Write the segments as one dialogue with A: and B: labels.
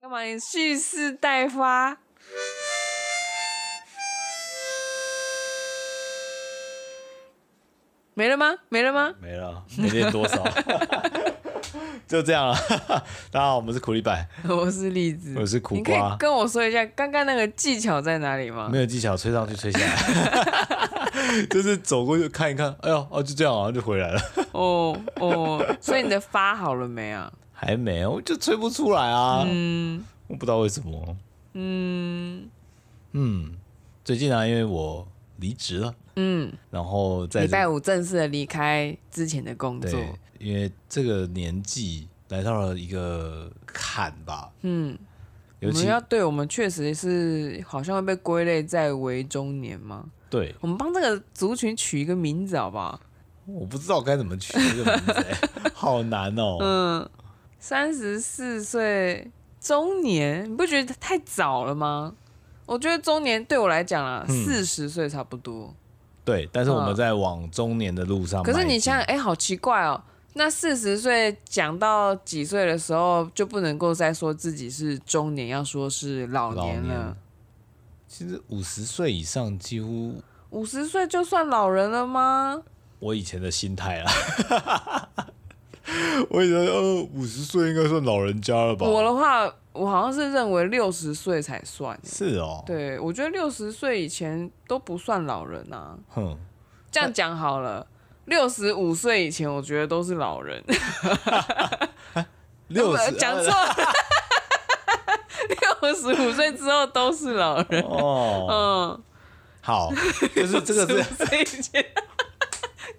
A: 干嘛？你蓄势待发？没了吗？没了吗？
B: 没了，没练多少， 就这样了。 大家好，我们是苦力白，
A: 我是栗子，
B: 我是苦瓜
A: 你可以跟我说一下刚刚那个技巧在哪里吗
B: 没？有技巧，吹上去吹下来， 就是走过去看一看，哎呦，哦，就这样啊，就回来了。
A: 哦哦，所以你的发好了没啊？
B: 还没，我就吹不出来啊，
A: 嗯
B: 我不知道为什么。
A: 嗯
B: 嗯，最近啊，因为我离职了，
A: 嗯，
B: 然后在
A: 礼拜
B: 五
A: 五正式的离开之前的工作
B: 对，，因为这个年纪来到了一个坎吧，
A: 嗯，我
B: 尤
A: 们
B: 其
A: 要对我们确实是好像会被归类在为中年吗？
B: 对，
A: 我们帮这个族群取一个名字好不好？
B: 我不知道该怎么取这个名字、 哎好难哦、
A: 嗯，三十四岁中年，你不觉得太早了吗？我觉得中年对我来讲啊，
B: 嗯
A: 四十岁差不多。
B: 对，但是我们
A: 嗯
B: 在往中年的路上迈
A: 可
B: 进，
A: 是你想想，哎、好奇怪哦。那四十岁讲到几岁的时候，就不能够再说自己是中年，要说是老
B: 老
A: 年了
B: 年。其实五十岁以上，几乎
A: 五十岁就算老人了吗？
B: 我以前的心态啦。 我以前呃五十岁应该算老人家了吧？
A: 我的话，我好像是认为六十岁才算。
B: 是哦，，
A: 对，我觉得六十岁以前都不算老人啊。
B: 哼，
A: 这样讲好了，六十五岁以前，我觉得都是老人。
B: 六
A: 不
B: 十 呃哎
A: 讲错了，六十五岁之后都是老人。
B: 哦，
A: 嗯，
B: 好，就是这 个是，
A: 所以前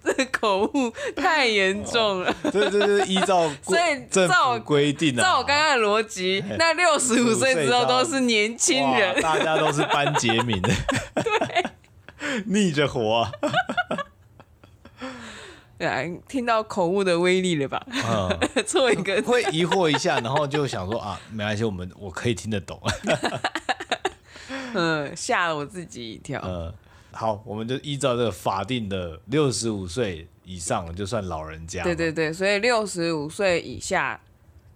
A: 这个口误太严重了。
B: 这这是依照
A: 所以
B: 政
A: 照我
B: 府规定的、啊，
A: 照我刚刚的逻辑，
B: 哎
A: 那六十五岁之后都是年轻
B: 哇
A: 人。
B: 大家都是班杰明， 对， 逆着活、啊，
A: 哎，听到口误的威力了吧？
B: 嗯。
A: 错一个字。
B: 会疑惑一下，然后就想说啊， 没关系，我们我可以听得懂。
A: 嗯，吓了我自己一跳。
B: 呃，好，我们就依照这个法定的六十五岁以上就算老人家嘛。
A: 对对对，所以六十五岁以下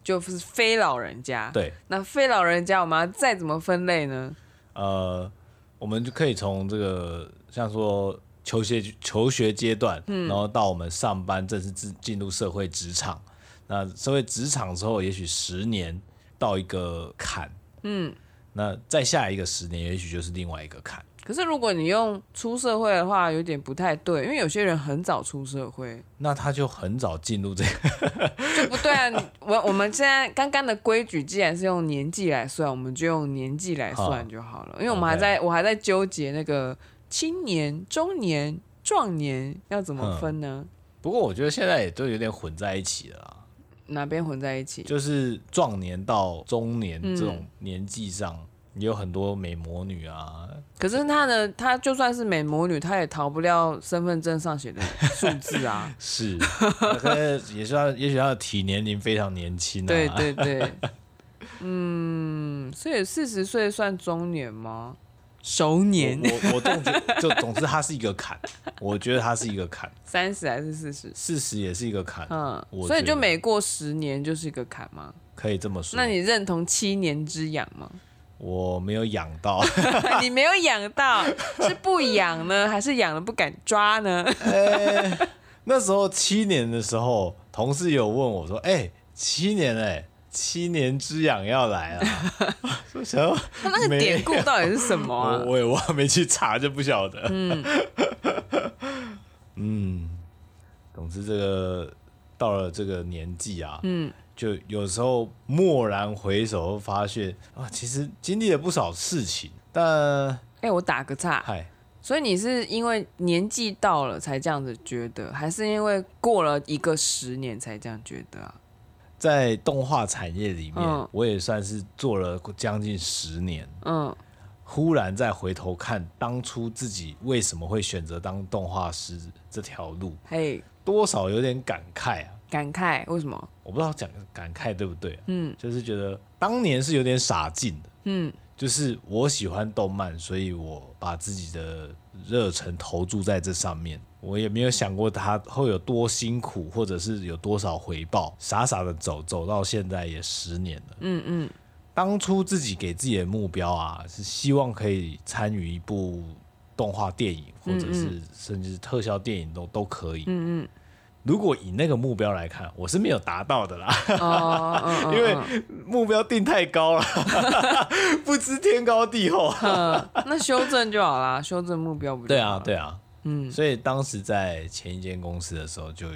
A: 就是非老人家。，
B: 对，
A: 那非老人家我们要再怎么分类呢？
B: 呃，我们就可以从这个像说求学求学阶段，
A: 嗯
B: 然后到我们上班正式进进入社会职场，那社会职场之后，也许十年到一个坎，
A: 嗯，
B: 那再下一个十年，也许就是另外一个坎。
A: 可是如果你用出社会的话，有点不太对，因为有些人很早出社会，
B: 那他就很早进入这个，
A: 就不对啊。 你我我们现在刚刚的规矩，既然是用年纪来算，我们就用年纪来算就好了，因为我们还
B: OK
A: 在我还在纠结那个青年、中年、壮年要怎么分呢？
B: 不过我觉得现在也都有点混在一起了啦。
A: 哪边混在一起？
B: 就是壮年到中年
A: 嗯
B: 这种年纪上，也有很多美魔女啊，。
A: 可是她的她就算是美魔女，她也逃不了身份证上写的数字啊
B: 是，可是也是她，也许她的体年龄非常年轻啊，
A: 对对 对，嗯，所以四十岁算中年吗？熟年，
B: 我我我总觉就总之它是一个坎，我觉得它是一个坎，
A: 三十还是四十？
B: 四十也是一个坎，
A: 嗯，
B: 我
A: 所以
B: 觉
A: 就
B: 得
A: 每过十年就是一个坎吗？
B: 可以这么说。
A: 那你认同七年之痒 吗？
B: 我没有养到，
A: 你没有痒到，是不痒呢，还是痒了不敢抓呢？
B: 那时候七年的时候，同事有问我说：“哎、七年哎、七年之痒要来了。” 说想要
A: 他那个
B: 没
A: 典故到底是什么啊
B: 我？我也忘没去查，就不晓得。嗯 总之这个到了这个年纪啊，
A: 嗯，
B: 就有时候蓦然回首，发现啊，其实经历了不少事情，但
A: 哎、我打个岔，
B: 嗨，
A: 所以你是因为年纪到了才这样子觉得，还是因为过了一个十年才这样觉得啊？
B: 在动画产业里面，
A: 嗯
B: 我也算是做了将近十年。
A: 嗯
B: 忽然再回头看当初自己为什么会选择当动画师这条路，
A: 嘿，
B: 多少有点感慨啊。
A: 感慨为什么？
B: 我不知道讲感慨对不对、啊，
A: 嗯
B: 就是觉得当年是有点傻劲的，
A: 嗯
B: 就是我喜欢动漫，所以我把自己的热忱投注在这上面，我也没有想过它会有多辛苦，或者是有多少回报，傻傻的走，走到现在也十年了。
A: 嗯嗯，
B: 当初自己给自己的目标啊，是希望可以参与一部动画电影，或者
A: 嗯
B: 是甚至是特效电影都都可以。嗯嗯。如果以那个目标来看，我是没有达到的啦，
A: 哦，嗯嗯
B: 因为目标定太高了， 不知天高地厚。
A: 嗯那修正就好啦，修正目标不就
B: 对
A: 好
B: 啊，
A: 了
B: 对啊，
A: 嗯
B: 所以当时在前一间公司的时候，就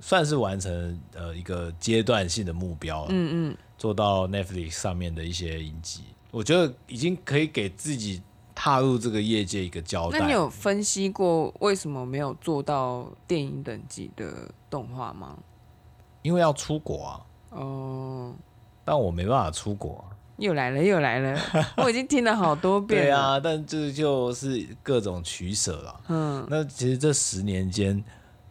B: 算是完成呃一个阶段性的目标了，
A: 嗯嗯，
B: 做到 Netflix 上面的一些影集，我觉得已经可以给自己踏入这个业界一个交
A: 那你
B: 代。
A: 有分析过为什么没有做到电影等级的动画吗？
B: 因为要出国啊，
A: 哦，
B: 但我没办法出国、啊。
A: 又来了又来 了，我已经听了好多遍
B: 对
A: 了。
B: 啊，但这就是各种取舍啦。
A: 嗯，
B: 那其实这十年间，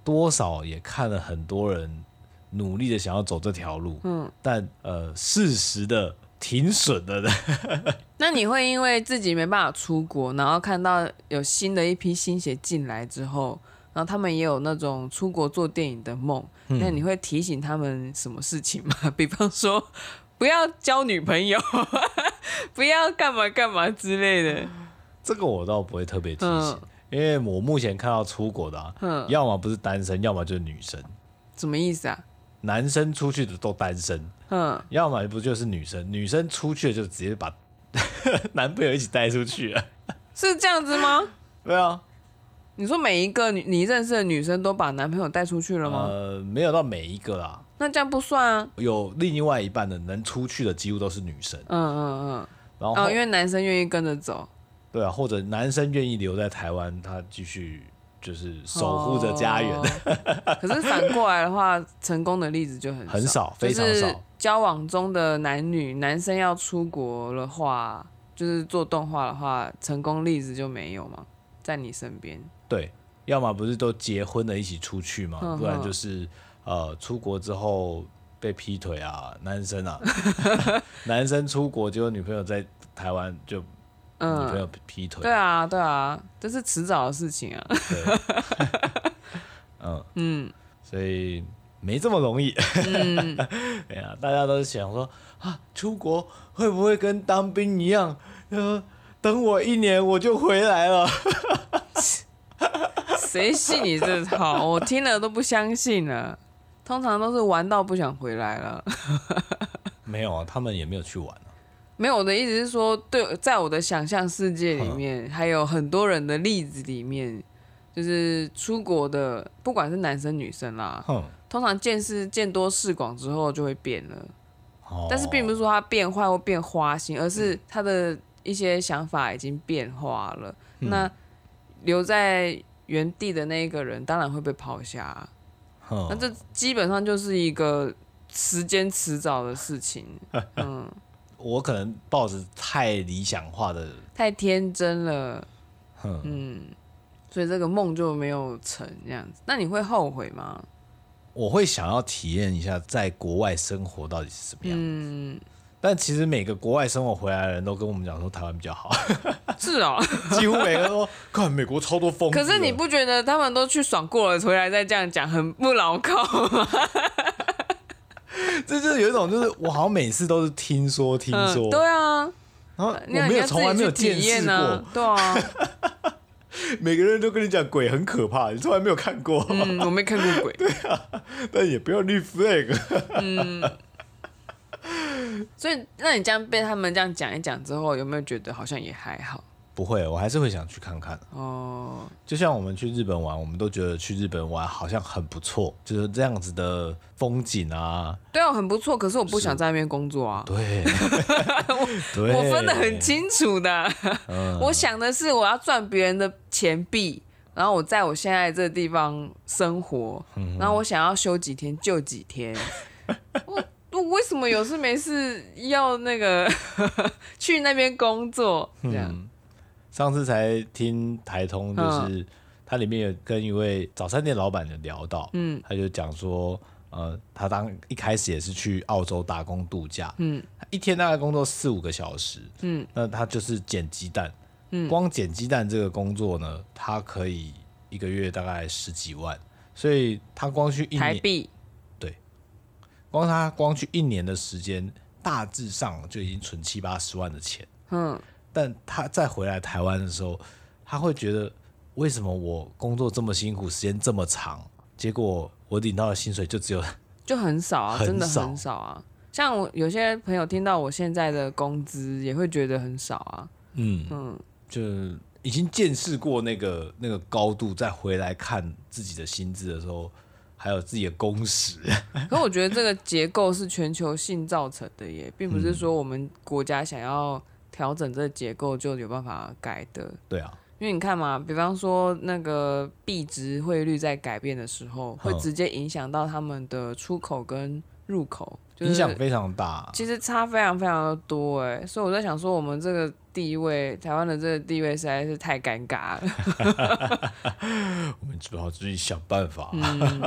B: 多少也看了很多人努力的想要走这条路，嗯，但呃，适时的停损了的。
A: 那你会因为自己没办法出国，然后看到有新的一批新血进来之后，然后他们也有那种出国做电影的梦，
B: 嗯
A: 那你会提醒他们什么事情吗？ 比方说，不要交女朋友， 不要干嘛干嘛之类的。
B: 这个我倒不会特别提醒，
A: 嗯
B: 因为我目前看到出国的、啊，
A: 嗯
B: 要么不是单身，要么就是女生。
A: 什么意思啊？
B: 男生出去的都单身，
A: 嗯，
B: 要么不就是女生，女生出去的就直接把 男朋友一起带出去了。
A: 是这样子 吗？
B: 对啊，
A: 你说每一个你你认识的女生都把男朋友带出去了吗？
B: 呃，没有到每一个啦，
A: 那这样不算啊。
B: 有另外一半的能出去的几乎都是女生，
A: 嗯嗯
B: 然
A: 嗯。
B: 后、
A: 哦，因为男生愿意跟着走。
B: 对啊，或者男生愿意留在台湾，他继续就是守护着家园。
A: 哦可是反过来的话，成功的例子就很
B: 很少非常
A: 就是
B: 少
A: 交往中的男女，男生要出国的话，就是做动画的话，成功例子就没有嘛，在你身边。
B: 对，要么不是都结婚了一起出去嘛，
A: 嗯
B: 不然
A: 嗯
B: 就是呃出国之后被劈腿啊，男生啊， 男生出国结果女朋友在台湾就女朋
A: 嗯，
B: 友劈腿，
A: 对啊，对啊，这是迟早的事情啊。
B: 对， 嗯嗯，所以没这么容易。
A: 嗯
B: 对啊，大家都是想说啊，出国会不会跟当兵一样？呃，等我一年我就回来了。
A: 谁信你这套？我听了都不相信了。通常都是玩到不想回来了。
B: 没有啊，他们也没有去玩、啊、
A: 没有，我的意思是说，对，在我的想象世界里面，还有很多人的例子里面，就是出国的，不管是男生女生啦，
B: 哼，
A: 通常见识见多识广之后就会变了。
B: 哦
A: 但是并不是说他变坏或变花心，而是他的一些想法已经变化了。那留在原地的那一个人，当然会被抛下啊、
B: 哼
A: 那这基本上就是一个时间迟早的事情，
B: 我可能抱着太理想化的，
A: 太天真了，嗯
B: 哼，
A: 所以这个梦就没有成这样子。那你会后悔吗？
B: 我会想要体验一下在国外生活到底是什么样。
A: 嗯，
B: 但其实每个国外生活回来的人都跟我们讲说台湾比较好，
A: 是 哦。
B: 几乎每个人都说看美国超多疯子
A: 可
B: 的。
A: 是你不觉得他们都去爽过了，回来再这样讲，很不牢靠吗？
B: 这就是有一种，就是我好像每次都是听说听说，
A: 嗯，对啊，
B: 然后
A: 你
B: 我没有从来没有见识过，
A: 呢，对啊，
B: 每个人都跟你讲鬼很可怕，你从来没有看过，
A: 嗯，我没看过鬼，
B: 但也不要立 flag。
A: 所以那你这样被他们这样讲一讲之后，有没有觉得好像也还好？
B: 不会，我还是会想去看看。
A: 哦，
B: 就像我们去日本玩，我们都觉得去日本玩好像很不错，就是这样子的风景啊。
A: 对啊，很不错，可是我不想在那边工作啊。
B: 对，对，
A: 我分得很清楚的。
B: 嗯
A: 我想的是我要赚别人的钱币，然后我在我现在这个地方生活，
B: 嗯
A: 然后我想要休几天就几天。 我我为什么有事没事要那个 去那边工作？
B: 嗯
A: 这样，
B: 上次才听台通，就是他里面有跟一位早餐店老板的聊到，嗯，他就讲说，呃，他当一开始也是去澳洲打工度假，嗯，一天大概工作四五个小时，嗯，那他就是捡鸡蛋，嗯，光捡鸡蛋这个工作呢，他可以一个月大概十几万，所以他光去一
A: 台
B: 年，
A: 币
B: 光他光去一年的时间，大致上就已经存七八十万的钱，
A: 嗯，
B: 但他再回来台湾的时候，他会觉得为什么我工作这么辛苦，时间这么长，结果我领到的薪水就只有
A: 就很少啊，
B: 很
A: 真的
B: 少
A: 很少啊。像我有些朋友听到我现在的工资，也会觉得很少啊。
B: 嗯就已经见识过那个那个高度，再回来看自己的薪资的时候，还有自己的工时，
A: 可我觉得这个结构是全球性造成的耶，并
B: 嗯
A: 不是说我们国家想要调整这个结构就有办法改的。
B: 对啊，
A: 因为你看嘛，比方说那个币值汇率在改变的时候，会
B: 嗯
A: 直接影响到他们的出口跟入口，就是
B: 影响非常大。
A: 其实差非常非常的多哎，所以我在想说，我们这个地位，台湾的这个地位实在是太尴尬了。
B: 我们只好自己想办法。
A: 嗯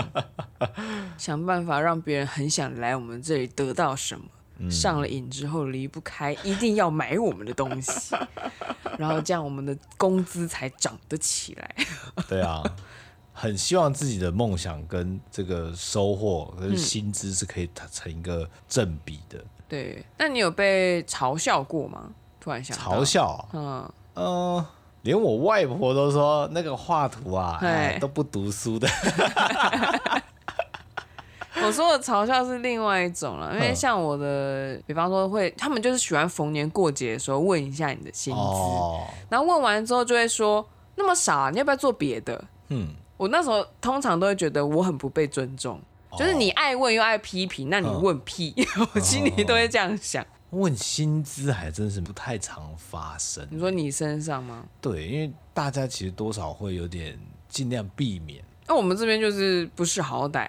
A: 想办法让别人很想来我们这里得到什么，
B: 嗯
A: 上了瘾之后离不开，一定要买我们的东 西，然后这样我们的工资才涨得起 来。
B: 对啊，很希望自己的梦想跟这个收获
A: 嗯
B: 跟薪资是可以达成一个正比的。
A: 对，那你有被嘲笑过吗？突然想到
B: 嘲，笑啊，
A: 嗯，
B: 嗯，连我外婆都说那个画图啊，
A: 嘿
B: 哎都不读书的。
A: 我说的嘲笑是另外一种了，因为
B: 嗯
A: 像我的，比方说会，他们就是喜欢逢年过节的时候问一下你的薪资。
B: 哦，
A: 然后问完之后就会说那么少、啊，你要不要做别的？
B: 嗯，
A: 我那时候通常都会觉得我很不被尊重，
B: 哦
A: 就是你爱问又爱批评，那你
B: 嗯
A: 问屁， 我心里都会这样想。
B: 问薪资还真是不太常发生。
A: 你说你身上吗？
B: 对，因为大家其实多少会有点尽量避免。
A: 那我们这边就是不是好歹，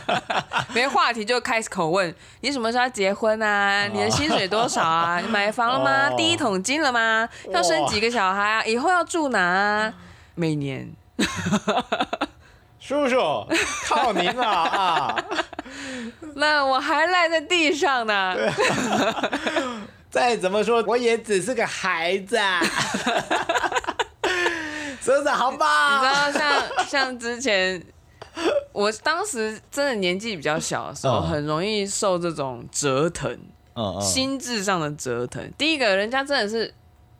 A: 没话题就开口问你什么时候要结婚啊？你的薪水多少 啊？你买房了吗？
B: 哦
A: 第一桶金了吗？要生几个小孩啊？以后要住哪啊？每年
B: 叔叔，靠您了啊！
A: 那我还赖在地上呢。
B: 再怎么说，我也只是个孩 子、啊。叔叔，好
A: 你知
B: 吧？
A: 道像像之前，我当时真的年纪比较小的时候，
B: 嗯
A: 很容易受这种折腾，
B: 嗯
A: 心智上的折腾。第一个，人家真的是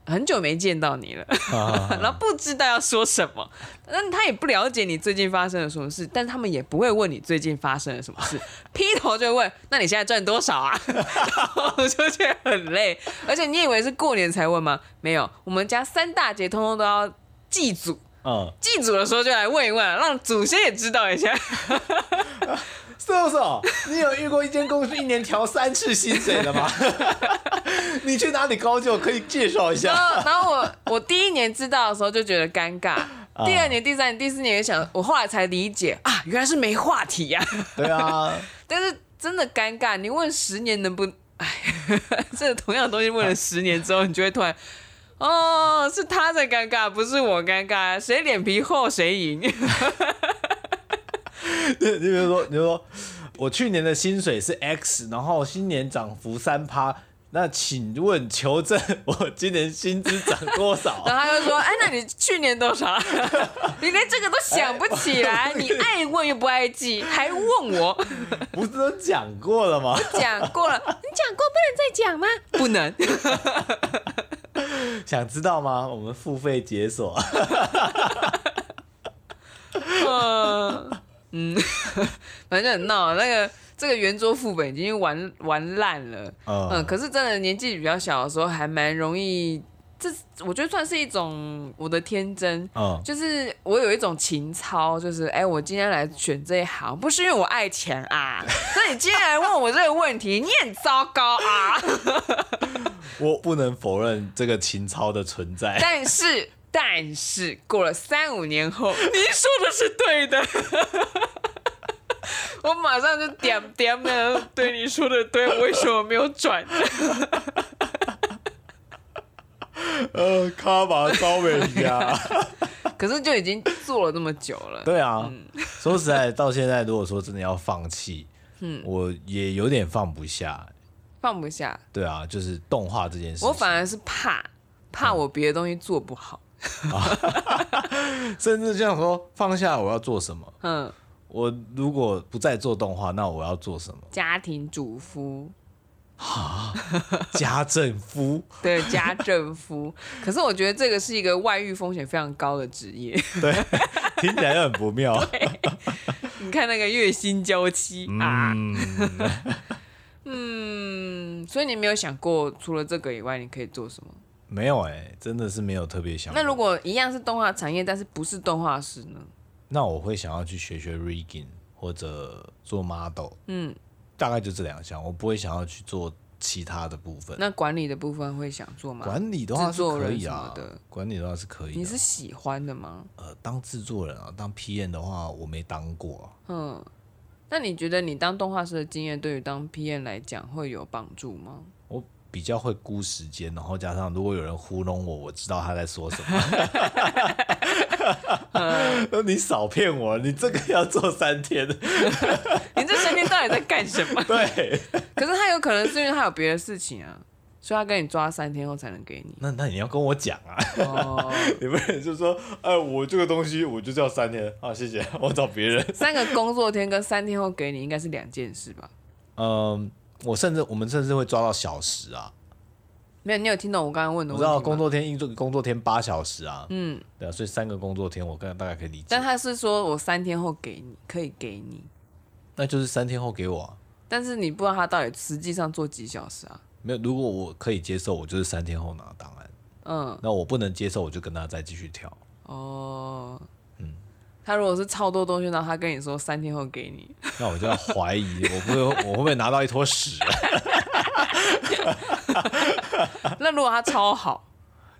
A: 很久没见到你了，
B: 啊
A: 然后不知道要说什么，但他也不了解你最近发生了什么事，但他们也不会问你最近发生了什么事，劈头就问：“那你现在赚多少啊？” 然后我就觉得很累，而且你以为是过年才问吗？没有，我们家三大节通通都要祭祖。
B: 嗯，
A: 祭祖的时候就来问一问，让祖先也知道一下。
B: 叔叔，你有遇过一间公司一年调三次薪水的 吗？你去哪里高就可以介绍一
A: 然
B: 下。
A: 后，然后我我第一年知道的时候就觉得尴尬，第二年、第三年、第四年也想，我后来才理解啊，原来是没话题呀、
B: 对啊，
A: 但是真的尴尬，你问十年能不？ 哎，这同样的东西问了十年之后，你就会突然。哦，是他在尴尬，不是我尴尬，谁脸皮厚谁赢。
B: 你你比如说，你就说我去年的薪水是 X，然后新年涨幅三趴，那请问求证我今年薪资涨多 少？
A: 然后他就说：“哎，那你去年多少？你连这个都想不起来，你爱问又不爱记，还问我。”
B: 不是都讲过了吗？
A: 讲过了，你讲过不能再讲吗？不能。
B: 想知道吗？我们付费解锁。
A: 嗯 嗯，反正很闹。那个这个圆桌副本已经玩玩烂了。
B: 嗯
A: 嗯，可是真的年纪比较小的时候，还蛮容易。这我觉得算是一种我的天真。
B: 嗯
A: 就是我有一种情操，就是哎、我今天来选这一行，不是因为我爱钱啊。那你今天来问我这个问题，你很糟糕啊。
B: 我不能否认这个情操的存在。
A: 但是，但是过了三五年后，您说的是对的， 我马上就点点的对你说的对，为什么没有转？
B: 呃，卡巴招美呀。
A: 可是就已经做了那么久了，
B: 对啊，
A: 嗯
B: 说实在，到现在如果说真的要放弃，嗯，我也有点放不下。
A: 放不下。
B: 对啊，就是动画这件事情，
A: 我反而是怕，怕我别的东西做不好。
B: 甚至这样说，放下我要做什么？
A: 嗯，
B: 我如果不再做动画，那我要做什么？
A: 家庭主妇，
B: 家政夫，
A: 对家政 夫。可是我觉得这个是一个外遇风险非常高的职业。
B: 听起来就很不妙。
A: 你看那个月薪娇妻 啊，
B: 嗯，
A: 嗯，所以你没有想过除了这个以外你可以做什么？
B: 没有哎、真的是没有特别想过。
A: 那如果一样是动画产业，但是不是动画师呢？
B: 那我会想要去学学 rigging 或者做 model，
A: 嗯，
B: 大概就这两项，我不会想要去做其他的部分。
A: 那管理的部分会想做吗？
B: 管理的话
A: 嗯制
B: 是
A: 作
B: 可
A: 人
B: 以
A: 什
B: 啊
A: 么，的，
B: 管理的话是可以
A: 你
B: 的
A: 是
B: 啊。
A: 喜欢的吗？
B: 呃，当制作人啊，当 PM 的话，我没当过啊、
A: 嗯，那你觉得你当动画师的经验对于当 PM 来讲会有帮助吗？
B: 我比较会估时间，然后加上如果有人糊弄我，我知道他在 说什么。那你少骗我，你这个要做三天。？
A: 你这三天到底在干什么
B: 对，
A: 可是他有可能是因为他有别的事情啊，所以他跟你抓三天后才能给你。
B: 那那你要跟我讲啊，
A: 哦，
B: 你不能就说，哎，我这个东西我就叫三天啊，谢谢，我找别人。
A: 三个工作天跟三天后给你应该是两件事吧？
B: 嗯，我甚至我们甚至会抓到小时啊，
A: 没有，你有听懂我刚刚问的
B: 我
A: 问
B: 知
A: 题
B: 道
A: 吗？
B: 工作天一工作天八小时啊，
A: 嗯，
B: 对啊，所以三个工作天我刚大概可以理解
A: 但，他是说我三天后给你，可以给你，
B: 那就是三天后给我、啊。
A: 但是你不知道他到底实际上做几小时啊？
B: 没有，如果我可以接受，我就是三天后拿档案。
A: 嗯，
B: 那我不能接受，我就跟他再继续调。
A: 哦，嗯，他如果是超多东西，然后他跟你说三天后给你，
B: 那我就要怀疑，我不会，我会不会拿到一坨屎、啊？
A: 那如果他超好，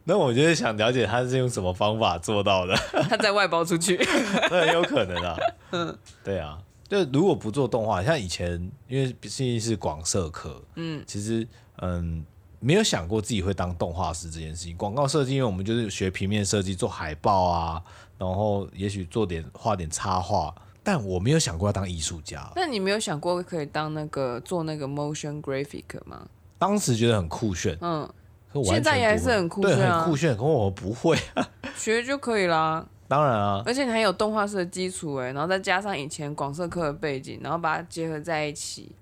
B: 那我就是想了解他是用什么方法做到的，
A: 他再外包出去，
B: 那很有可能啊。
A: 嗯
B: 对啊，就如果不做动画，像以前因为毕竟是广社科，嗯，其实嗯没有想过自己会当动画师这件事情。广告设计，因为我们就是学平面设计，做海报啊，然后也许做点画点插画，但我没有想过要当艺术家。
A: 那你没有想过可以当那个做那个 motion graphic 吗？
B: 当时觉得很酷炫，
A: 嗯，
B: 可我完
A: 现
B: 全
A: 在也还
B: 不会
A: 是很酷
B: 对，
A: 炫啊
B: 很酷炫。可我不会，
A: 学就可以啦。
B: 当然啊，
A: 而且你还有动画师的基础哎、然后再加上以前广社课的背景，然后把它结合在一起，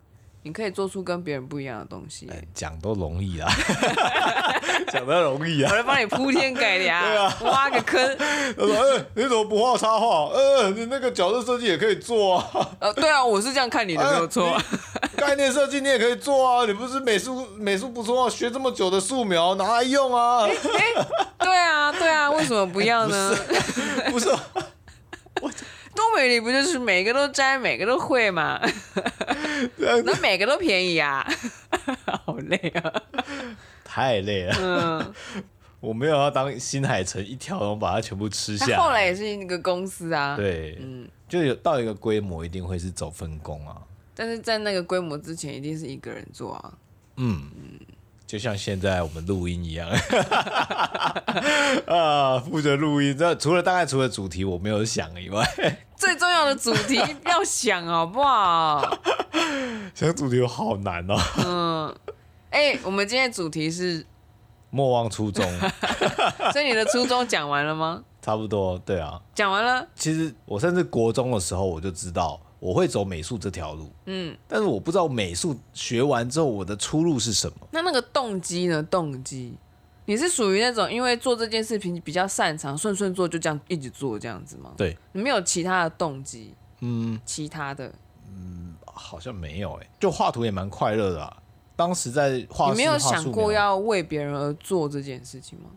A: 你可以做出跟别人不一样的东西、
B: 哎
A: 欸。
B: 讲都容易啦，啊 讲都容易啊
A: 我。来帮你铺天盖地
B: 对啊
A: 挖个坑。
B: 他说：“呃，你怎么不画插画？呃，你那个角色设计也可以 做啊，
A: 呃，对啊，我是这样看你的，没有错。
B: 概念设计你也可以做啊。你不是美术美术不错啊，学这么久的素描拿来 用啊，
A: 对啊，对啊，为什么不要呢？
B: 不 是？啊
A: 东北里不就是每个都摘，每个都会嘛？ 那每个都便宜啊， 好累啊。
B: 太累了。
A: 嗯
B: 我没有要当新海诚一条龙把它全部吃
A: 他
B: 下。
A: 后来也是一个公司啊，
B: 啊对，就有到一个规模，一定会是走分工啊。
A: 但是在那个规模之前，一定是一个人做啊。
B: 嗯就像现在我们录音一样， 啊，负责录音。这除了大概除了主题我没有想以外，
A: 最重要的主题要想好不好？
B: 想主题我好难哦。
A: 哎、我们今天的主题是，
B: 莫忘 初衷，
A: 所以你的初衷讲完了吗？
B: 差不多，对啊。
A: 讲完了，
B: 其实我甚至国中的时候我就知道我会走美术这条路，
A: 嗯，
B: 但是我不知道美术学完之后我的出路是什么。
A: 那那个动机呢？动机，你是属于那种因为做这件事情比较擅长，顺顺做就这样一直做这样子吗？
B: 对，
A: 你没有其他的动机，
B: 嗯，
A: 其他的，
B: 好像没有诶、就画图也蛮快乐的、啊。当时在画
A: 你没
B: 室
A: 有
B: 画
A: 想
B: 素
A: 过
B: 描
A: 要为别人而做这件事情吗？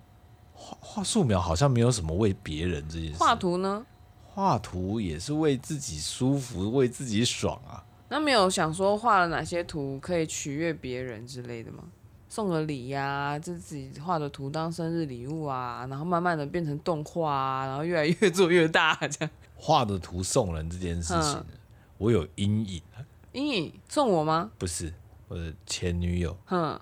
B: 画素描，好像没有什么为别人这件事。
A: 画图呢？
B: 画图也是为自己舒服，为自己爽啊。
A: 那没有想说画了哪些图可以取悦别人之类的吗？送个礼呀、就自己画的图当生日礼物啊，然后慢慢的变成动画啊，然后越来越做越大，这样
B: 画的图送人这件事情，
A: 嗯
B: 我有阴影，
A: 阴影送我吗？
B: 不是我的前女友
A: 哼，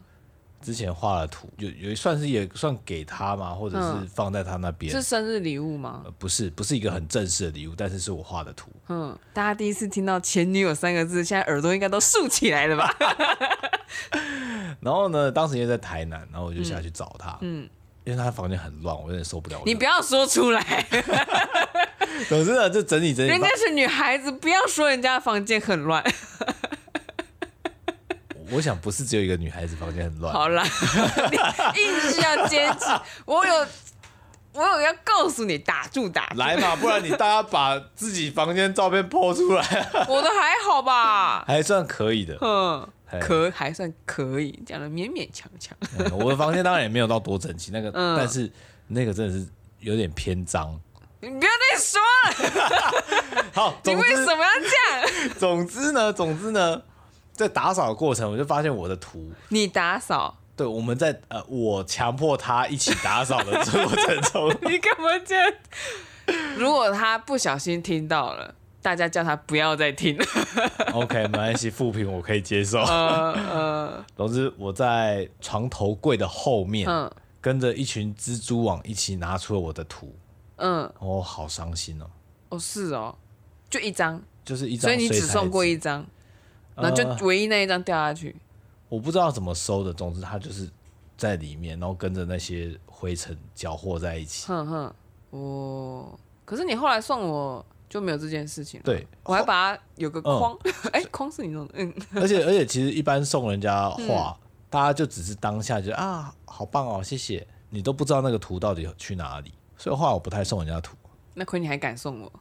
B: 之前画的图，有有算是也算给她嘛，或者是
A: 嗯
B: 放在她那边、
A: 是生日礼物吗？
B: 呃不是不是一个很正式的礼物，但是是我画的图。
A: 哼，大家第一次听到“前女友”三个字，现在耳朵应该都竖起来了 吧？
B: 然后呢，当时也在台南，然后我就下去找她，
A: 嗯
B: 因为她房间很乱，我有点受不了。我
A: 你
B: 就
A: 不要说出来，
B: 总之呢，就整理整理。
A: 人家是女孩子，不要说人家房间很乱。
B: 我我想不是只有一个女孩子房间很乱，
A: 好啦，你硬是要坚持，我有我有要告诉你，打住打住，
B: 来嘛，不然你大家把自己房间照片 po 出来，
A: 我的还好吧，
B: 还算可以的。
A: 嗯
B: 哎，
A: 可还算可以，讲的勉勉强强，
B: 嗯我的房间当然也没有到多整齐，那个，
A: 嗯
B: 但是那个真的是有点偏脏。
A: 你不要再说了，
B: 好，
A: 你
B: 总
A: 为
B: 之
A: 什么要这样？
B: 总之呢，总之呢，在打扫的过程，我就发现我的图，
A: 你打扫，
B: 对，我们在呃，我强迫他一起打扫的这个过程 中，
A: 你干嘛这样？如果他不小心听到了，大家叫他不要再听了。
B: OK，没关系，负评我可以接受。
A: 呃
B: 总之，我在床头柜的后面，
A: 呃，
B: 跟着一群蜘蛛网一起拿出了我的图，
A: 嗯嗯，
B: 哦，好伤心哦，
A: 哦是哦，就一张，
B: 就是一张
A: 所以
B: 水
A: 你
B: 彩纸，
A: 只送过一张，然后
B: 呃
A: 就唯一那一张掉下去。
B: 我不知道怎么收的，总之它就是在里面，然后跟着那些灰尘搅和在一起。
A: 哼哼，我可是你后来送我就没有这件事情了。
B: 对嗯
A: 我还把它有个框，哎、框是你弄的，嗯，
B: 而且而且，其实一般送人家画，大家就只是当下觉得啊，好棒哦，谢谢，你都不知道那个图到底去哪里，所以后来我不太送人家 图。
A: 那亏你还敢送我，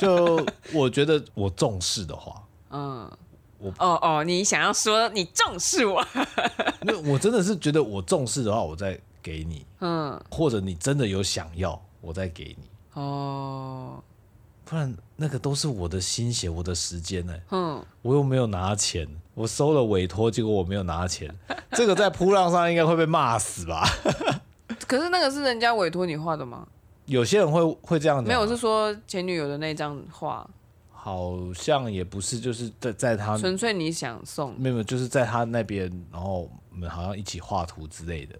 B: 就我觉得我重视的话，
A: 嗯。
B: 我
A: 哦哦，你想要说你重视我，
B: 那我真的是觉得我重视的话，我再给你，
A: 嗯，
B: 或者你真的有想要，我再给你，
A: 哦，
B: 不然那个都是我的心血，我的时间呢、
A: 哼，
B: 我又没有拿钱，我收了委托，结果我没有拿钱，这个在扑浪上应该会被骂死吧？
A: 可是那个是人家委托你画的吗？
B: 有些人会会这样讲，
A: 没有，我是说前女友的那张画，
B: 好像也不是，就是在在他
A: 纯粹你想送。
B: 没有，就是在他那边，然后我们好像一起画图之类的，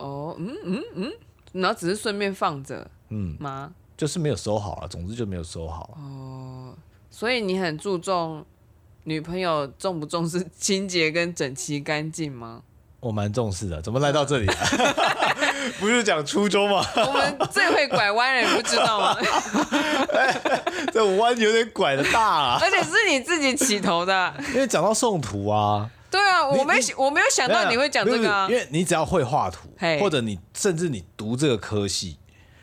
A: 哦，嗯嗯嗯，然后只是顺便放着
B: 嗯，
A: 吗？
B: 就是没有收好啊了，总之就没有收好。啊
A: 哦所以你很注重女朋友重不重视清洁跟整齐干净 吗？
B: 我蛮重视的，怎么来到这里、 啊？不是讲初中吗？
A: 我们最会拐弯了，你不知道 吗？
B: 这弯有点拐的 大啊，
A: 而且是你自己起头的。啊
B: 因为讲到送图啊，
A: 对啊，
B: 你
A: 我没我没有想到你会讲这个啊
B: 没有没有，因为你只要会画图，
A: 嘿
B: 或者你甚至你读这个科系，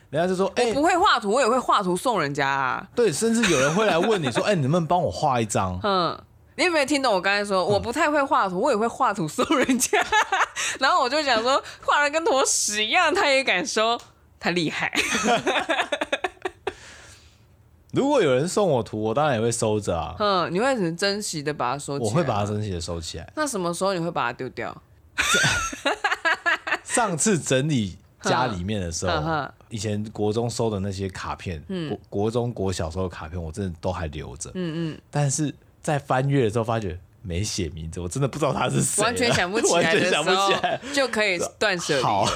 B: 人家就说，哎、
A: 我不会画图，我也会画图送人家啊。
B: 对，甚至有人会来问你说，哎、你能不能帮我画一张？
A: 嗯，你有没有听懂我刚才
B: 嗯
A: 说？我不太会画图，我也会画图送人家。 然后我就想说，画的跟坨屎一样，他也敢收，他厉害。
B: 如果有人送我图，我当然也会收着啊，
A: 嗯，你会很珍惜的把它收起来。
B: 我会把它。整体的收起来。
A: 那什么时候你会把它丢掉？
B: 上次整理家里面的时
A: 哼
B: 候
A: 哼，
B: 以前国中收的那些卡片，
A: 嗯
B: 国国中、国小时候的卡片，我真的都还留着。嗯嗯。但是在翻阅的时候，发觉没写名字，我真的不知道他是谁了，啊
A: 完全想不起
B: 完
A: 来的
B: 全
A: 时
B: 想不
A: 候
B: 起来。
A: 就可以断舍离了。
B: 好，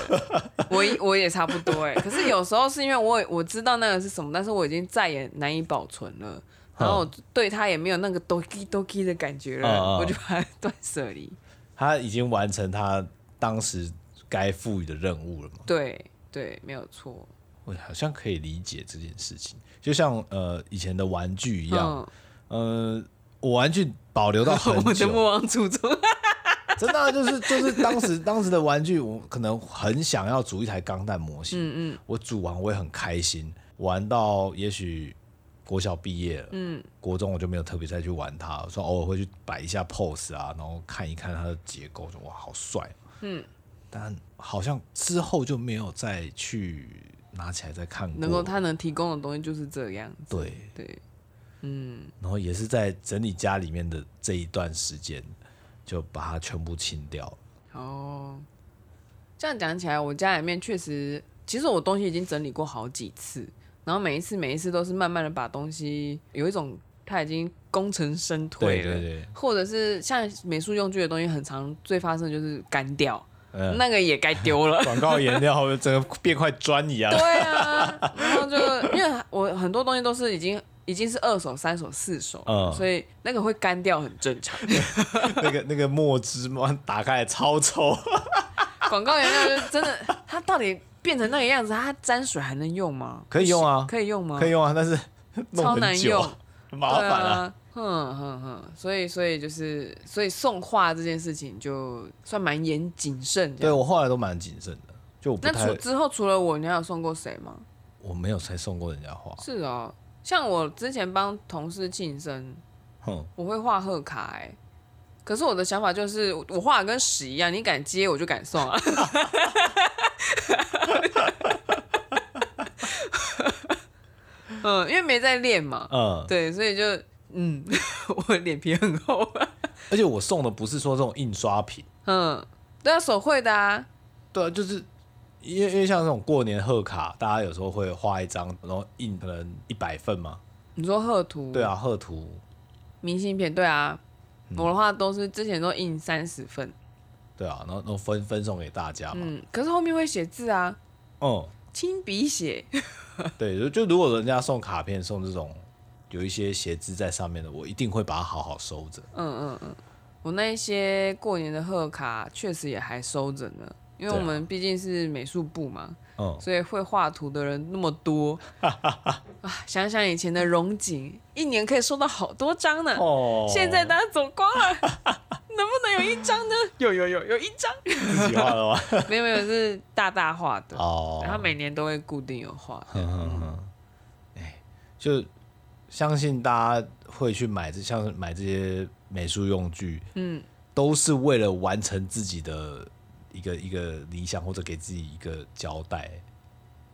A: 我我也差不多哎、可是有时候是因为我我知道那个是什么，但是我已经再也难以保存
B: 嗯
A: 了，然后我对它也没有那个 doki doki 的感觉了，
B: 嗯嗯
A: 我就把它断舍离。
B: 他已经完成他当时该赋予的任务了嘛？
A: 对对，没有错。
B: 我好像可以理解这件事情，就像呃以前的玩具一样，呃，我玩具保留到
A: 嗯， 我
B: 很
A: 们的
B: 久，
A: 莫忘初衷。
B: 真的啊、就是就是当时 当时的玩具，我可能很想要组一台钢弹模型，嗯嗯，我组完我也很开心，玩到也许国小毕业了，嗯，国中我就没有特别再去玩它，说偶尔会去摆一下 pose 啊，然后看一看它的结构，就哇好帅，嗯，但好像之后就没有再去拿起来再看过，
A: 能够他能提供的东西就是这样。
B: 对，嗯
A: 对，
B: 然后也是在整理家里面的这一段时间，就把它全部清掉了。
A: 哦，这样讲起来，我家里面确实，其实我东西已经整理过好几次，然后每一次每一次都是慢慢的把东西有一种它已经功成身退
B: 对
A: 了。
B: 对对，
A: 或者是像美术用具的东西，很常最发生的就是干掉，
B: 嗯。。
A: 那个也该丢了
B: 广告颜料整个变块砖一样
A: 对。啊，然后就因为我很多东西都是已经已经是二手、三手、四手，
B: 嗯
A: 所以那个会干掉很正常。
B: 那个那个墨汁嘛，打开来超臭。
A: 广告原料就真的，它到底变成那个样子，它沾水还能用吗？
B: 可以用啊
A: 可以用吗？
B: 可以用啊，但是弄
A: 超难
B: 很久
A: 用
B: 啊，，麻烦
A: 对
B: 啊。
A: 啊。哼哼哼，所以所以就是所以送画这件事情就算蛮严谨慎这
B: 对
A: 样。
B: 我后来都蛮谨慎的，就我不
A: 那
B: 太
A: 除之后除了我，你还有送过谁吗？
B: 我没有才送过人家画，
A: 是哦，像我之前帮同事庆生，
B: 哼，
A: 我会画贺卡、欸，可是我的想法就是，我画的跟屎一样，你敢接我就敢送啊。 嗯，因为没在练嘛，
B: 嗯，
A: 对，所以就嗯， 我脸皮很厚，
B: 而且我送的不是说这种印刷品，
A: 嗯，都要手绘的啊，
B: 对啊，就是因为因为像这种过年贺卡，大家有时候会画一张，然后印可能一百份嘛，
A: 你说贺图，
B: 对啊，，贺图
A: 明信片，对啊，我的话都是之前都印三十份，
B: 对啊，然后然后分分送给大家嘛，
A: 嗯，可是后面会写字啊，
B: 嗯，
A: 亲笔写，
B: 对，就就如果人家送卡片送这种有一些写字在上面的，我一定会把它好好收着。
A: 嗯嗯嗯，我那一些过年的贺卡确实也还收着呢，因为
B: 对啊
A: 我们毕竟是美术部嘛，
B: 嗯，
A: 所以会画图的人那么多啊，想想以前的荣景，一年可以收到好多张呢。
B: 哦
A: 现在大家走光了，能不能有一张呢？有有有有一张，
B: 自己画了吗？
A: 没有没有是大大画的，
B: 哦，
A: 他每年都会固定有画。
B: 嗯嗯嗯，哎，就相信大家会去买这像是买这些美术用具，
A: 嗯，
B: 都是为了完成自己的一个一个理想，或者给自己一个交代。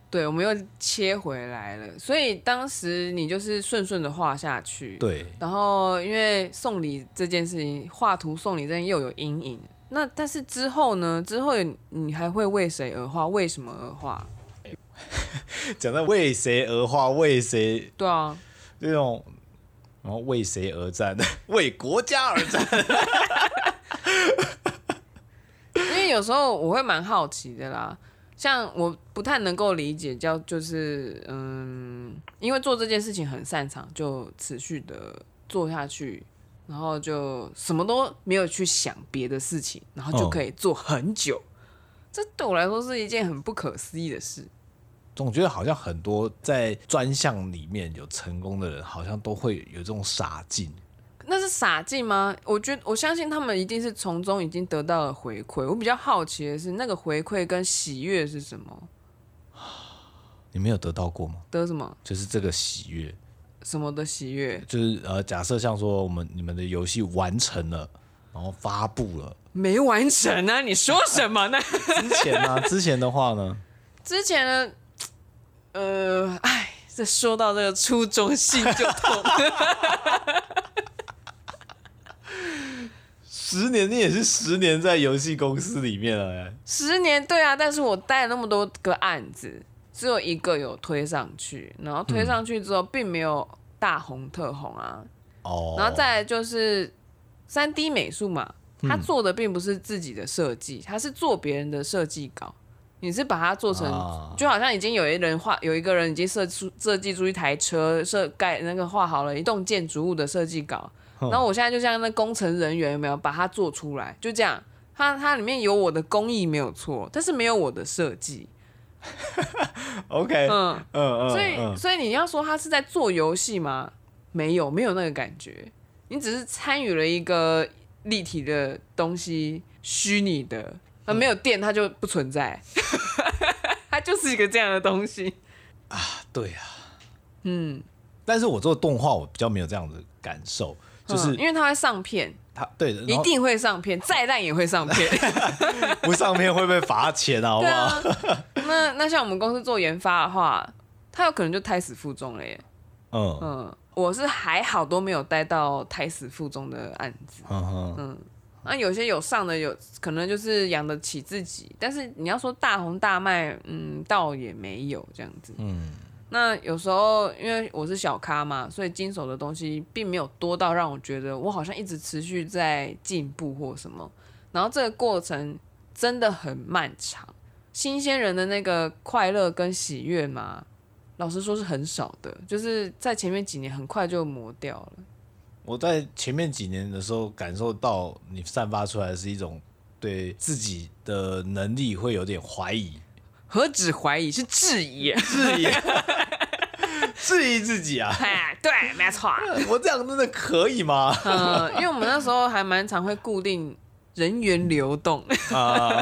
A: 对，我们又切回来了，所以当时你就是顺顺的画下去，
B: 对，
A: 然后因为送礼这件事情，画图送礼这件事又有阴影。那但是之后呢？之后你还会为谁而画？为什么而画？
B: 讲到为谁而画，为谁
A: 对啊，
B: 这种，然后为谁而战， 为国家而战。
A: 因为有时候我会蛮好奇的啦。像我不太能够理解，叫就是嗯，因为做这件事情很擅长，就持续的做下去，然后就什么都没有去想别的事情，然后就
B: 嗯
A: 可以做很久。这对我来说是一件很不可思议的事。
B: 总觉得好像很多在专项里面有成功的人，好像都会有这种傻劲。
A: 那是傻劲吗？我觉得我相信他们一定是从中已经得到了回馈。我比较好奇的是，那个回馈跟喜悦是什么？
B: 你没有得到过吗？
A: 得什么
B: 就是这个喜悦，
A: 什么的喜悦？
B: 就是呃，假设像说我们你们的游戏完成了，然后发布了，
A: 没完成啊！你说什么呢？
B: 之前呢、之前的话呢，
A: 之前呢，呃，哎，这说到这个初中心就痛。
B: 十年你也是十年在游戏公司里面了、欸，
A: 十年对啊，但是我带了那么多个案子，只有一个有推上去，然后推上去之后并没有大红特红啊，
B: 哦，
A: 然后再来就是三 D 美术嘛，他做的并不是自己的设计，他是做别人的设计稿。你是把它做成，
B: 啊
A: 就好像已经有一人画，有一个人已经设出设计出一台车，设盖那个画好了一栋建筑物的设计稿。
B: 哼
A: 然后我现在就像那工程人员有没有把它做出来，就这样。它它里面有我的工艺没有错，但是没有我的设计。
B: OK，嗯
A: 嗯，
B: 嗯嗯，
A: 所以，所以你要说他是在做游戏吗？没有，没有那个感觉。你只是参与了一个立体的东西，虚拟的，那没有电它就不存在， 它就是一个这样的东西。
B: 对啊，嗯，但是我做动画我比较没有这样的感受，就是
A: 嗯因为它会上片，
B: 他对的，
A: 一
B: 然后
A: 定会上片，再烂也会上片。
B: 不上片会被罚钱啊，好不
A: 对
B: 好？
A: 啊，那那像我们公司做研发的话，它有可能就胎死腹中了耶。
B: 嗯嗯
A: 嗯，我是还好都没有带到胎死腹中的案子。
B: 嗯嗯，
A: 那、有些有上的有，可能就是养得起自己，但是你要说大红大卖，嗯，倒也没有这样子。嗯，那有时候因为我是小咖嘛，所以经手的东西并没有多到让我觉得我好像一直持续在进步或什么。然后这个过程真的很漫长，新鲜人的那个快乐跟喜悦嘛，老实说是很少的，就是在前面几年很快就磨掉了。
B: 我在前面几年的时候感受到你散发出来是一种对自己的能力会有点怀疑，
A: 何止怀疑，是质疑。
B: 质疑， 质疑自己啊，
A: 哎，对，没错。
B: 我这样真的可以吗？
A: 嗯，因为我们那时候还蛮常会固定人员流动，
B: 啊，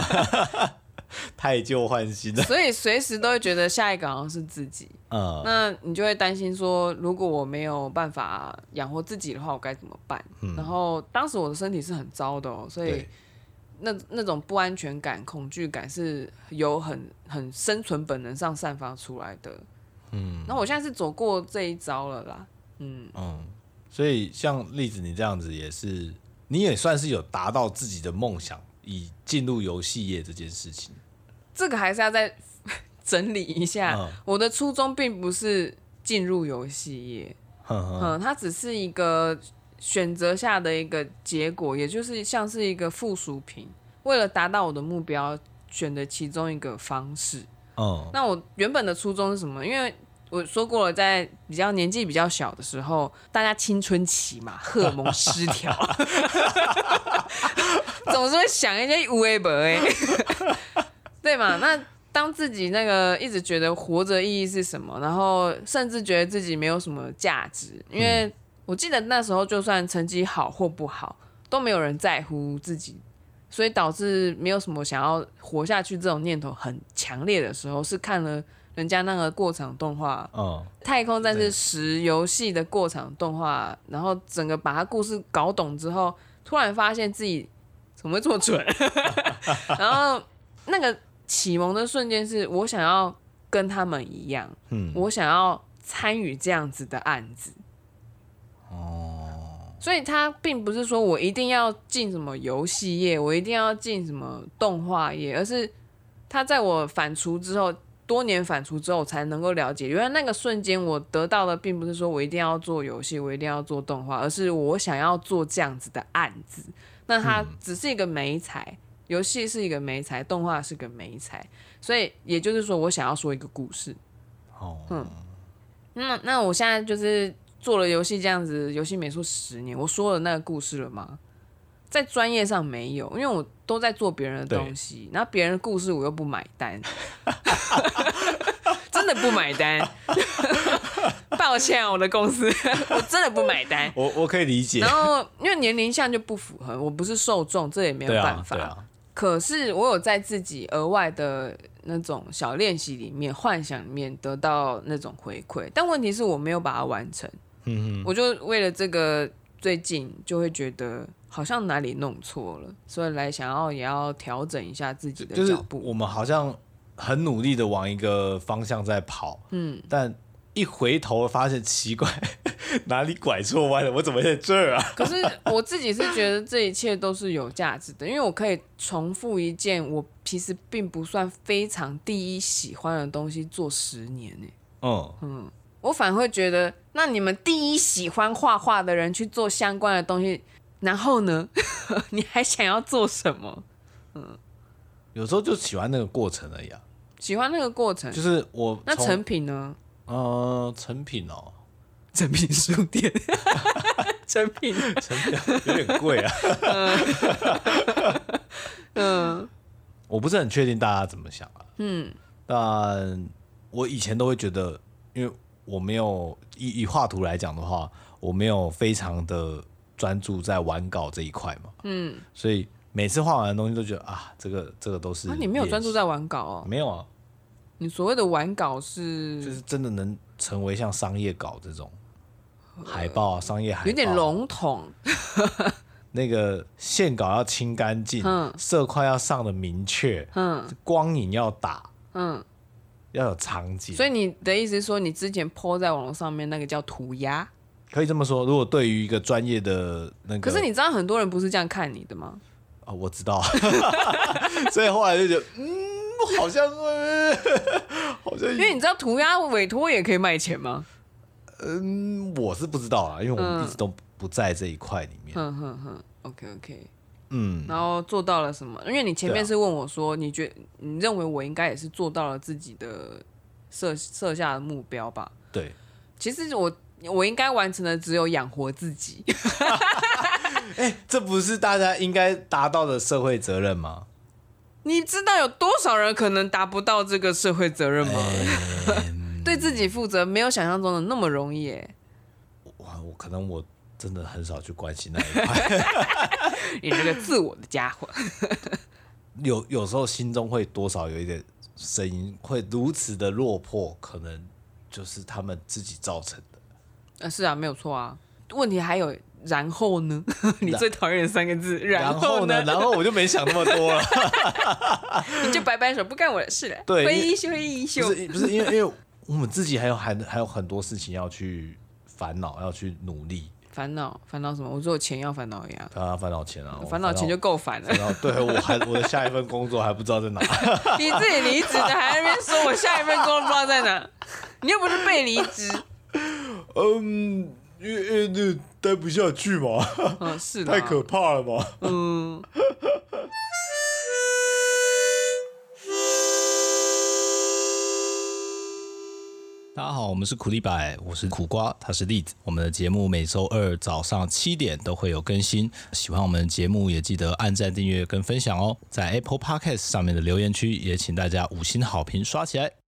B: 太旧换新了。
A: 所以随时都会觉得下一个好像是自己。
B: 嗯
A: 那你就会担心说，如果我没有办法养活自己的话，我该怎么办？然后当时我的身体是很糟的哦，所以
B: 嗯对
A: 那那种不安全感、恐惧感是有很很生存本能上散发出来的。嗯，那我现在是走过这一招了啦。
B: 嗯，所以像栗子你这样子也是，你也算是有达到自己的梦想，以进入游戏业这件事情。
A: 这个还是要再 整理一下。
B: 嗯
A: 我的初衷并不是进入游戏业，
B: 哼哼，
A: 嗯，它只是一个选择下的一个结果，也就是像是一个附属品。为了达到我的目标，选的其中一个方式。
B: 嗯
A: 那我原本的初衷是什么？因为我说过了，在比较年纪比较小的时候，大家青春期嘛，荷尔蒙失调， 总是会想一些无为不为， 对嘛？那当自己那个一直觉得活着意义是什么，然后甚至觉得自己没有什么价值，因为我记得那时候就算成绩好或不好，都没有人在乎自己所以导致没有什么想要活下去这种念头很强烈的时候，是看了人家那个过场动画
B: 嗯，
A: 《太空战
B: 对
A: 士十》游戏的过场动画，然后整个把它故事搞懂之后，突然发现自己怎么会这么蠢，然后那个启蒙的瞬间是我想要跟他们一样，
B: 嗯
A: 我想要参与这样子的案子。所以它并不是说我一定要进什么游戏业，我一定要进什么动画业，而是它在我反刍之后，多年反刍之后，我才能够了解，原来那个瞬间我得到的，并不是说我一定要做游戏，我一定要做动画，而是我想要做这样子的案子。那它只是一个媒材，游戏是一个媒材，动画是个媒材，所以也就是说，我想要说一个故事。嗯
B: 哦，
A: 那那我现在就是做了游戏这样子，游戏美术十年，我说了那个故事了吗？在专业上没有，因为我都在做别人的东西，然后别人的故事我又不买单， 真的不买单， 抱歉啊、我的公司， 我真的不买 单。
B: 我我可以理解
A: 然。后因为年龄项就不符合，我不是受众，这也没有
B: 对
A: 办
B: 啊，
A: 法。
B: 对啊，
A: 可是我有在自己额外的那种小练习里面、幻想里面得到那种回馈，但问题是我没有把它完成。嗯我就为了这个，最近就会觉得好像哪里弄错了，所以来想要也要调整一下自己的
B: 就是
A: 脚步。
B: 我们好像很努力的往一个方向在跑，嗯，但一回头发现奇怪， 哪里拐错弯了？我怎么在这儿啊？
A: 可是我自己是觉得这一切都是有价值的，因为我可以重复一件我其实并不算非常第一喜欢的东西做十年欸呢、
B: 嗯，
A: 我反而会觉得，那你们第一喜欢画画的人去做相关的东西，然后呢， 你还想要做什么？
B: 有时候就喜欢那个过程而已啊。
A: 喜欢那个过程
B: 就。是我
A: 嗯那
B: 从
A: 成品呢？
B: 呃成品哦，
A: 成品书店， 成品，
B: 成品有点贵啊。
A: 嗯
B: 我不是很确定大家怎么想啊。嗯，但我以前都会觉得，因为我没有以以画图来讲的话，我没有非常的专注在完稿这一块嘛。嗯，所以每次画完的东西都觉得啊，这个这个都是、
A: 啊，你没有专注，在完稿哦。
B: 没有啊，
A: 你所谓的完稿
B: 就是是真的能成为像商业稿这种海报啊，商业海报
A: 呃有点笼统，
B: 那个线稿要清干净，
A: 嗯
B: 色块要上的明确，
A: 嗯
B: 光影要打，
A: 嗯。
B: 要有场景。
A: 所以你的意思是说，你之前 PO 在网络上面那个叫涂鸦，
B: 可以这么说，如果对于一个专业的那个，
A: 可是你知道很多人不是这样看你的吗？
B: 啊、我知道， 所以后来就觉得，嗯，好像，呃、好像，
A: 因为你知道涂鸦委托也可以卖钱吗？
B: 嗯，我是不知道啦，因为我
A: 嗯
B: 们一直都不在这一块里面，
A: 哼哼哼，OK OK，
B: 嗯，
A: 然后做到了什么？因为你前
B: 对
A: 面
B: 啊
A: 是问我说，你觉你认为我应该也是做到了自己的设设下的目标吧？
B: 对，
A: 其实我我应该完成的只有养活自己，
B: 哎、这不是大家应该达到的社会责任吗？哎
A: 你知道有多少人可能达不到这个社会责任吗？对对自己负责没有想象中的那么容易耶。
B: 哇，我可能我真的很少去关心那一块，
A: 你这个自我的家伙，
B: 有有时候心中会多少有一点声音，会如此的落魄，可能就是他们自己造成的。
A: 呃，是啊，没有错啊。问题还有然后呢？ 你最讨厌的三个字，
B: 然
A: 后
B: 后呢？然后我就没想那么 多了。
A: 你就摆摆手，不干我的事了。
B: 对
A: 挥
B: 因为
A: 一袖，挥一袖
B: 不。是不是，因为因为我们自己还有还还有很多事情要去烦恼，要去努力，
A: 烦恼，烦恼什么？我只有钱要烦恼呀，
B: 不要烦恼钱啊，我
A: 烦恼钱就够烦了
B: 烦。恼。 对我还我的下一份工作还不知道在哪，
A: 你自己离职的，还在那边说我下一份工作不知道在哪，你又不是被离 职。
B: 嗯，因为因为待不下去嘛，
A: 嗯，是的。
B: 太可怕了嘛。嗯大家好，我们是苦力白，我是苦瓜，他是栗子。我们的节目每周二早上七点都会有更新。喜欢我们的节目，也记得按赞、订阅跟分享哦。在 Apple Podcast 上面的留言区，也请大家五星好评刷起来。